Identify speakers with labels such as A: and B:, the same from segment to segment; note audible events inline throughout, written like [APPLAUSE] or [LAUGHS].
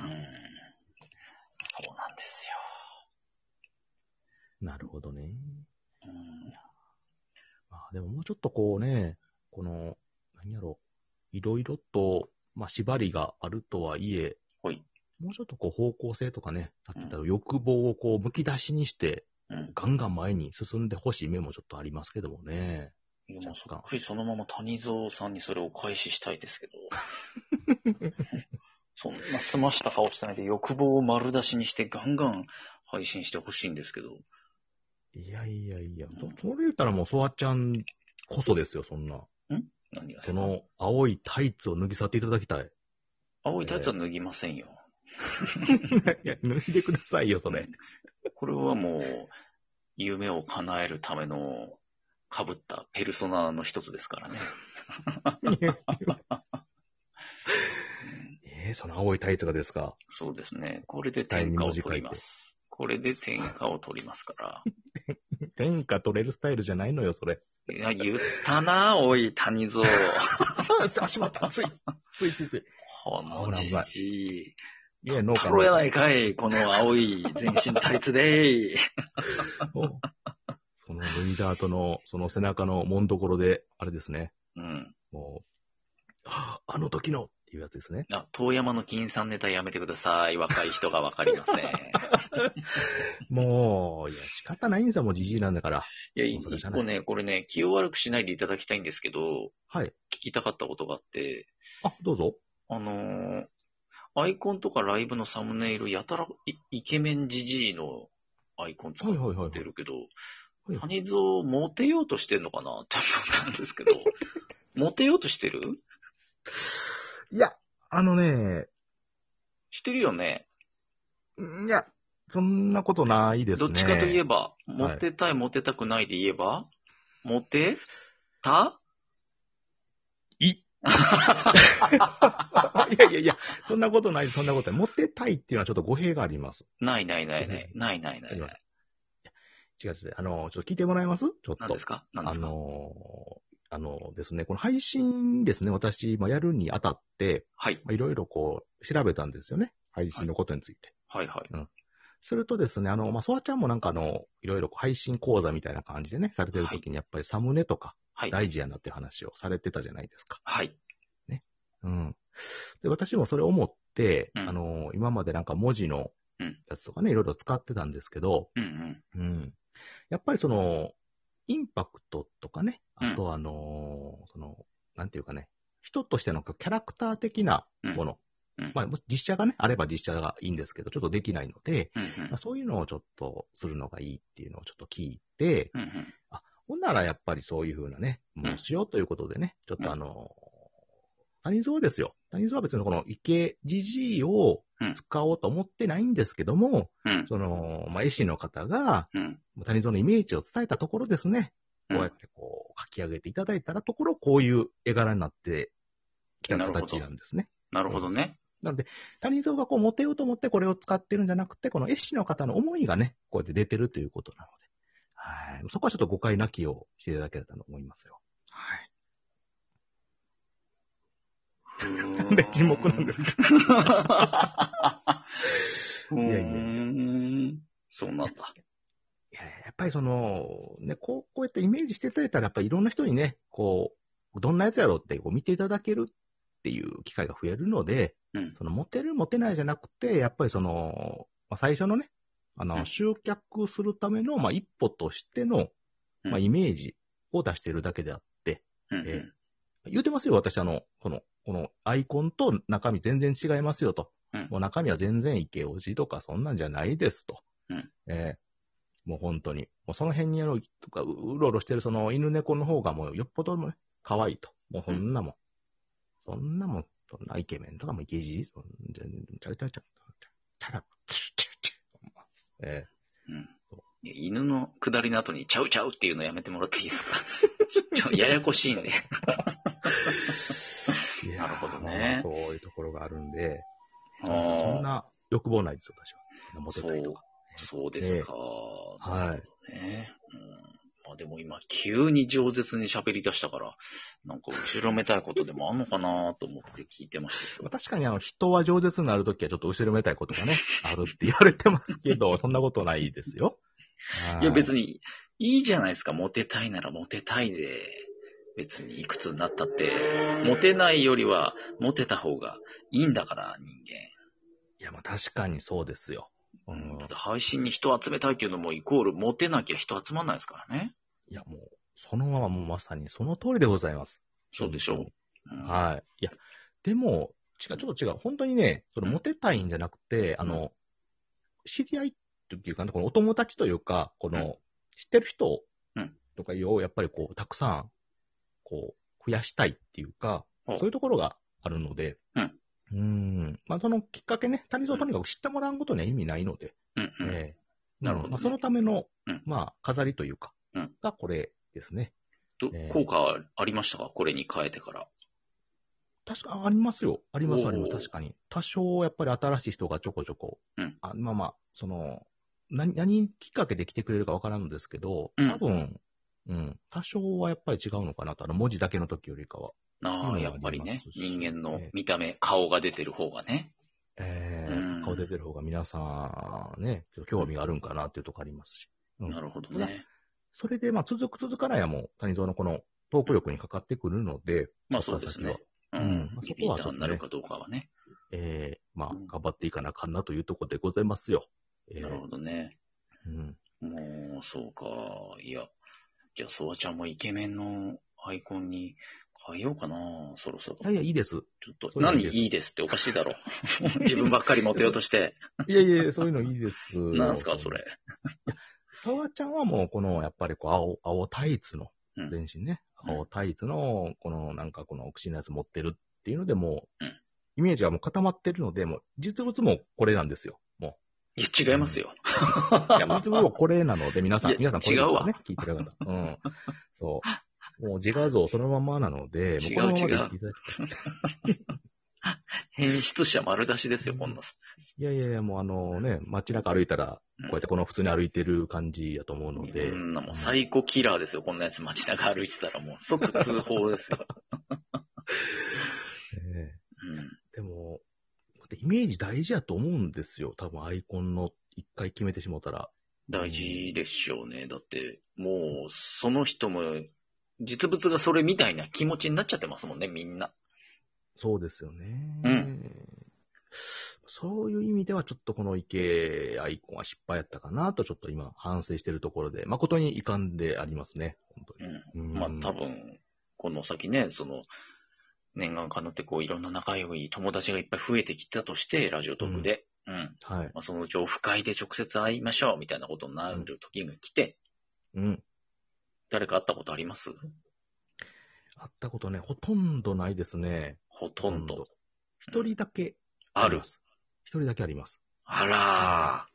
A: うん。そうなんです
B: なるほどね。
A: よ。うん。
B: まあでももうちょっとこうね、この、何やろう、いろいろと、まあ縛りがあるとはいえ、
A: ほい
B: もうちょっとこう方向性とかね、さっき言った欲望をこうむき出しにして、
A: うん。
B: ガンガン前に進んでほしい面もちょっとありますけどもね。
A: いや、もうそっくりそのまま谷蔵さんにそれをお返ししたいです [LAUGHS] けど。そんな澄ました顔してないで欲望を丸出しにしてガンガン配信してほしいんですけど。
B: いやいやいや、
A: ん
B: そそれ言ったらもうソワちゃんこそですよ、そんな。
A: 何がです
B: そ
A: か
B: の青いタイツを脱ぎ去っていただきたい。
A: 青いタイツは脱ぎませんよ。
B: [LAUGHS] いや、脱いでくださいよ、それ。
A: これはもう、夢を叶えるための被ったペルソナの一つですから [LAUGHS] ね。
B: [LAUGHS] えー、その青いタイツがですか。
A: そうですね。これで天下を取ります。これで天下を取りますか
B: 天下取れるスタイルじゃないのよ、それ。
A: ら。いや、言ったな、おい、谷蔵。
B: あ、しまった。つい、ついついつい。
A: このじじい。
B: いや、農
A: プ
B: 家
A: ロやないかい、この青い全身タイツで。
B: おその脱いだ後の、その背中のもんどころで、あれですね。
A: うん。
B: もう、ああの時のっていうやつですね。
A: あ、遠山の金さんネタやめてください。若い人がわかりま [LAUGHS] せん。
B: もう、いや、仕方ないんですよ、もうじじいなんだから。
A: いや、
B: もうそれじ
A: 一
B: ゃない
A: 個ね、これね、気を悪くしないでいただきたいんですけど、
B: はい。
A: 聞きたかったことがあって、
B: あ、どうぞ。
A: あのーアイコンとかライブのサムネイル、やたらイイケメンじじいのアイコン使
B: はいはいはいは
A: っ
B: い
A: てるけど、
B: はい
A: 谷蔵モテようとしてんのかな [LAUGHS] って思ったん
B: [LAUGHS]
A: ですけど、モテようとしてる
B: いや、あのね、
A: してるよね。
B: いや、そんなことないです
A: ど
B: ね。
A: っちかといえ
B: ば。
A: ば、モテたい、モテたくないで言えば、モテた
B: い [LAUGHS] いやいやいや、そんなことない、そんなことない。モテたいっていうのはちょっと語弊があります。
A: ないないないない。ないないな
B: あ
A: い
B: りま
A: な
B: す
A: い。
B: 違う違う。あの、ちょっと聞いてもらえますちょっ
A: 何
B: と
A: です。か何で
B: あ
A: すか
B: のー、あのですね、この配信ですね、私、まあ、やるにあたって、
A: はい。
B: まあいろいろこう、調べたんですよね。配信のことについて。
A: はいはい。
B: するとですね、あの、まあ、ソワちゃんもなんかあの、いろいろこう配信講座みたいな感じでね、されてる時にやっぱりサムネとか
A: はい。
B: 大事やなっていう話をされてたじゃないですか。
A: はい。
B: うん。で、私もそれを思って、
A: うん
B: あの、今までなんか文字の
A: うん
B: やつとかね、いろいろ使ってたんですけど、
A: うんうん。
B: うん。やっぱりその、インパクトとかね、
A: うん
B: あとはあのーその、なんていうかね、人としてのキャラクター的な
A: うん
B: もの、
A: うん
B: まあ、もし実写がね、あれば実写がいいんですけど、ちょっとできないので、
A: うんうん
B: まあ、そういうのをちょっとするのがいいっていうのをちょっと聞いて、
A: うんうん
B: ほんならやっぱりそういうふうなね、もうしようということでね、ちょっとあの、谷蔵ですよ。谷蔵は別にこの池じじいを使おうと思ってないんですけども、
A: うん
B: その、まあ、絵師の方が、
A: うん
B: 谷蔵のイメージを伝えたところですね、
A: うん
B: こうやってこう書き上げていただいたらところ、こういう絵柄になってきた
A: なるほど
B: 形なんですね。
A: なるほどね。
B: なので、谷蔵がこうモテようと思ってこれを使ってるんじゃなくて、この絵師の方の思いがね、こうやって出てるということなので、はい。そこはちょっと誤解なきをしていただけたらと思いますよ。はい。
A: なん
B: [LAUGHS] で沈黙
A: [LAUGHS]
B: なんです
A: かい
B: いやいやいや
A: そうなんだ。
B: いややっぱりその、ね、こう、こうやってイメージしていただいたら、やっぱりいろんな人にね、こう、どんなやつやろうってこう見ていただけるっていう機会が増えるので、
A: うん。
B: そのモテるモテないじゃなくて、やっぱりその、まあ、最初のね、あ
A: う
B: の、
A: ん
B: 集客するための、まあ、一歩としての、
A: うん
B: まあ、イメージを出しているだけであって、
A: うん
B: え言うてますよ、私、あの、この、このアイコンと中身全然違いますよと。
A: うん
B: もう中身は全然イケオジとかそんなんじゃないですと。
A: うん
B: ええもう本当に。もうその辺にあの、とかううろうろしてるその犬猫の方がもうよっぽどもね可愛いと。もうそんなもん。そんなもん、そんなイケメンとかもイケジそん全然ちゃうちゃうちゃう。ただ、チュッチュッチュッえ
A: うんいや犬の下りの後にちゃうちゃうっていうのやめてもらっていい
B: [LAUGHS]
A: ですかちょっとややこしいんで。[LAUGHS]
B: え
A: なるほどね
B: いやーまあそういうところがあるんで、
A: あ
B: [LAUGHS] そん
A: ー
B: な欲望ないですよ、私は。モテたいとか。
A: そうですか。
B: はい。
A: ねあでも今、急に饒舌に喋り出したから、なんか後ろめたいことでもあんのかなと思って聞いてましたけ
B: まあ
A: ど。
B: 確かにあの、人は饒舌になるときはちょっと後ろめたいことが
A: [LAUGHS]
B: ね、あるって言われてますけど、 [LAUGHS] そんなことないですよ。
A: いや別
B: に。
A: に、いいじゃないですか。モテたいならモテたいで、別にいくつになったって、モテないよりはモテた方がいいんだから、人間。
B: いや、まあ確かにそうですよ。う
A: うん
B: ん
A: だっ。て配信に人を集めたいっていうのもイコール、モテなきゃ人集まんないですからね。
B: いや、もう、そのままもうまさにその通りでございます。
A: そうでしょう。うん
B: はい。いや、でも、違う、ちょっと違う。本当にね、そのモテたいんじゃなくて、あの、知り合いっていうか、このお友達というか、この、
A: う
B: 知ってる人
A: うん
B: とかを、やっぱりこう、たくさん、こう、増やしたいっていうか、
A: ほう
B: そういうところがあるので、
A: うん。
B: ん。まあ、そのきっかけね、他人をとにかく知ってもらうことには意味ないので、
A: うんうん
B: ええ
A: なるほどね
B: まあ、そのための、
A: うん
B: まあ、飾りというか、
A: うん
B: がこれですね。
A: ど
B: えー
A: 効果ありましたかこれに変えてから。
B: 確か、ありますよ。ありま
A: お
B: す、
A: ー
B: あります。確かに。多少、やっぱり新しい人がちょこちょこ。
A: うん
B: あまあまあ、その、何、何きっかけで来てくれるかわからんのですけど、
A: うん
B: 多分、うん、多少はやっぱり違うのかなと。あの、文字だけの時よりかは。
A: ああ、
B: うん
A: やっぱりね、
B: あり
A: 人
B: ますし
A: 間の
B: ええ
A: 見た目、顔が出てる方がね。
B: え
A: うん
B: ー、顔出てる方が皆さん、ね、ちょっと興味があるんかなっていうとこありますし。うん
A: なるほどね。
B: それで、まあ、続く続かないはもう、谷蔵のこの、トーク力にかかってくるので、
A: まあそうですね
B: ここから先は。
A: う
B: うん
A: ん
B: まあ。そ
A: リピ
B: こ
A: ー
B: は
A: ターになるかどうかはね。
B: ええまあ
A: うん、
B: 頑張っていかなあかんなというところでございますよ。ええ
A: なるほどね。
B: うん。
A: もう、そうか。いや、じゃあ、ソワちゃんもイケメンのアイコンに変えようかな、そろそろ。
B: いやいや、いいです。
A: ちょっと、
B: それは
A: 何
B: いいです
A: いいですっておかしい [LAUGHS] だろ。自分ばっかりモテようとして。
B: いやいや、そういうのいいで
A: [LAUGHS]
B: す。
A: なんすか、それ。。
B: 沢ちゃんはもう、この、やっぱりこう、青、青タイツの
A: うん、
B: 全身ね、
A: うん
B: 青タイツの、この、なんかこの、お口のやつ持ってるっていうので、もう、
A: うん
B: イメージがもう固まってるので、もう、実物もこれなんで
A: [LAUGHS]
B: すよ。も
A: いや違いますよ。
B: う。いや、実物もこれなので、皆さ
A: い
B: ん
A: や、
B: 皆さんこれですから
A: 違
B: ね、聞いてる方。うん。そう。もう自画像そのままなので、もうこのままでいっていただき
A: 変質者丸出しですよ、こんな。
B: いやいやいや、もうあのね、街中歩いたら、こうやってこの普通に歩いてる感じやと思うので。
A: こんなもうサイコキラーですよ、こんなやつ街中歩いてたらもう即通報ですよ。
B: え
A: うん。
B: えでも、こうやってイメージ大事やと思うんですよ。多分アイコンの一回決めてしもうたら。
A: 大事でしょうね。だって、もう、その人も、実物がそれみたいな気持ちになっちゃってますもんね、みんな。
B: そうですよね。
A: うん
B: そういう意味では、ちょっとこの池アイコンは失敗やったかなと、ちょっと今反省してるところで、誠に遺憾でありますね。本当に。
A: うん。まあ多分、この先ね、その、念願かなってこう、いろんな仲良い友達がいっぱい増えてきたとして、ラジオトークで。うん。
B: はい。
A: まあ、そのうちオフ会で直接会いましょう、みたいなことになる時が来て、
B: うん。
A: 誰か会ったことあります
B: あったことね、ほとんどないですね。
A: ほとん
B: ほ
A: ど。
B: 一人だけ
A: あ
B: り
A: る
B: ま。す。一人だけあります。
A: あら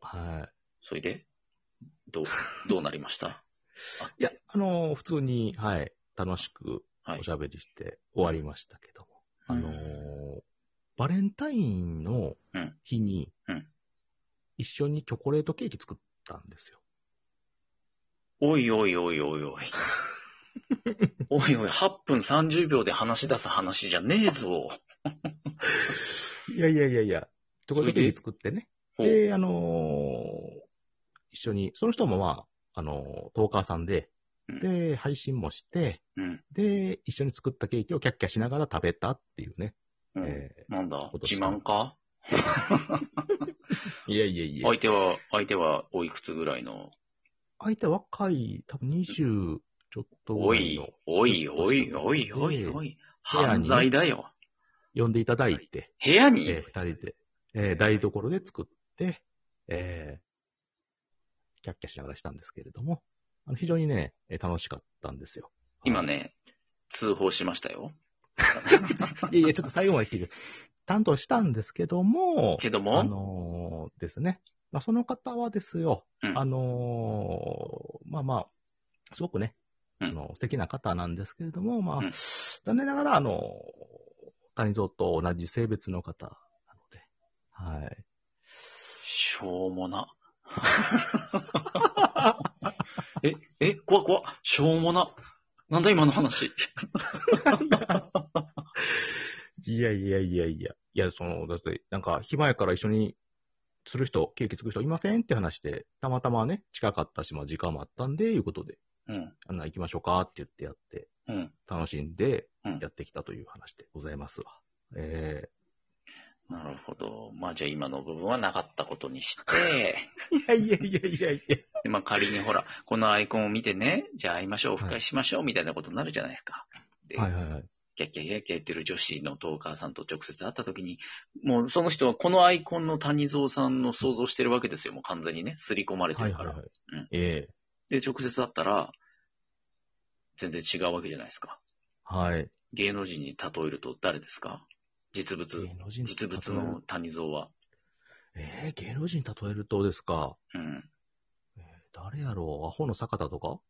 A: ー。
B: はい。
A: それで
B: [LAUGHS]
A: どう、どうなりました
B: いや、あのー普通に、はい、楽しく
A: はい
B: おしゃべりして終わりましたけども、
A: うん
B: あのーバレンタインの
A: うん
B: 日に
A: うん、
B: 一緒にチョコレートケーキ作ったんですよ。
A: おいおいおいお
B: [LAUGHS]
A: いおい。おいおい、8分30秒で話し出す話じゃねえぞ。
B: いやいやいやいや、チョコレートケーキ作ってね。
A: ほう
B: で、あのー一緒に、その人もまあ、あのートーカーさんで、
A: うん
B: で、配信もして、
A: うん。
B: で、一緒に作ったケーキをキャッキャしながら食べたっていうね。
A: うん
B: え
A: なんだ
B: 今
A: 自
B: 年
A: 慢か
B: ーいやいやいや
A: 相手は、相手はおいくつぐらいの
B: 相手若い、多分20ちょっとぐ
A: お
B: らい
A: い
B: の、、
A: おい、おい、おい、おい、おい。
B: 部屋
A: 犯
B: に
A: 罪だよ。
B: 呼んでいただいて、
A: 部屋
B: え
A: に
B: ー二人で、えー台所で作って、えーキャッキャしながらしたんですけれども、あの非常にね、えー楽しかったんですよ。
A: 今ね、通報しましたよ。
B: [LAUGHS] はい。いやいや、ちょっと最後まで聞いて、担当したんですけども、
A: けど
B: あ
A: も、
B: のーですね、まあ、その方はですよ、
A: うん
B: あのーまあまあ、すごくね、
A: うん
B: あの素敵な方なんですけれども、まあ、
A: うん
B: 残念ながら、あのー谷蔵と同じ性別の方なので、はい。
A: [LAUGHS] しょうもな。え、え、怖っ怖っ。しょうもな。なんだ今の話。
B: いやいやいやいや。いや、その、だって、なんか、暇やから一緒にする人、ケーキ作る人いませんって話して、たまたまね、近かったし、まあ時間もあったんで、いうことで、
A: うん。
B: あんな行きましょうかって言ってやって、
A: うん。
B: 楽しんで
A: うん、
B: やってきたという話でございますわ。え
A: なるほど。まあじゃあ今の部分はなかったことにして、 [LAUGHS]
B: えいやいやいやいやいや。
A: でまあ仮にほら、このアイコンを見てね、じゃあ会いましょう、
B: はい
A: オフ会しましょう、みたいなことになるじゃないですか。で、
B: はいはいはい。
A: キャッキャッキャッキャ言ってる女子のトーカーさんと直接会った時に、もうその人はこのアイコンの谷蔵さんの想像してるわけですよ。もう完全にね、刷り込まれて
B: はい
A: るか
B: はい
A: ら。
B: はい
A: うん。
B: ええ
A: で、直接会ったら、全然違うわけじゃないですか。
B: はい。
A: 芸能人に例えると誰ですか実物。
B: 芸能人
A: 実物の。谷蔵は。
B: ええ芸能人に例えるとですか。
A: うん。
B: 誰やろうアホの坂田とか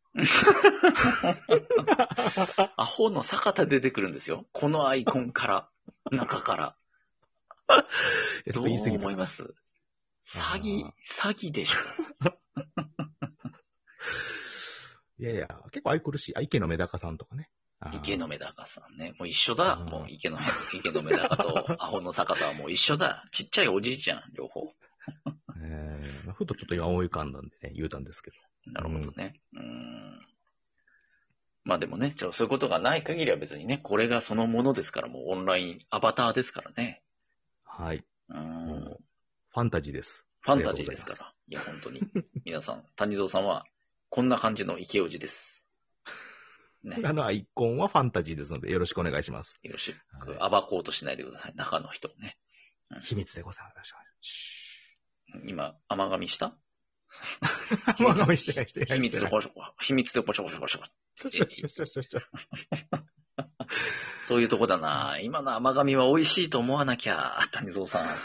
A: アホの坂田出てくるんですよ。このアイコン
B: [LAUGHS]
A: から、中から。
B: え
A: どう思います詐欺
B: あ、
A: 詐欺でしょ。
B: いやいや、結構愛くるしい。あ池のメダカさんとかね。あー
A: 池のメダカさんね。もう一緒だ。
B: あー
A: もう池の、池のメダカ
B: [LAUGHS]
A: とアホの坂田はもう一緒だ。ちっちゃいおじいちゃん、両方。
B: えーまあふとちょっと今思い浮かんだんでね、言うたんですけど。
A: なるほどね。うーん。まあでもね、ちょそういうことがない限りは別にね、これがそのものですから、もうオンライン、アバターですからね。
B: はい。
A: うーん。
B: もうファンタジーです。
A: ファンタジーですから。いや、本当に。皆さん、谷蔵さんは、こんな感じの池おじです。ね。
B: あのアイコンはファンタジーですので、よろしくお願いします。
A: よろし
B: はい
A: く、暴こうとしないでください。中の人をね。
B: 秘密でござ
A: [LAUGHS]
B: いました。
A: 今、甘噛みした
B: まあ、してない、してな
A: 秘
B: い。
A: 密で
B: こ
A: ポショコ、秘密でポショポショポショコ。
B: しょしょしょしょしょしょ
A: そういうとこだな。今の甘噛みは美味しいと思わなきゃ、谷蔵さん。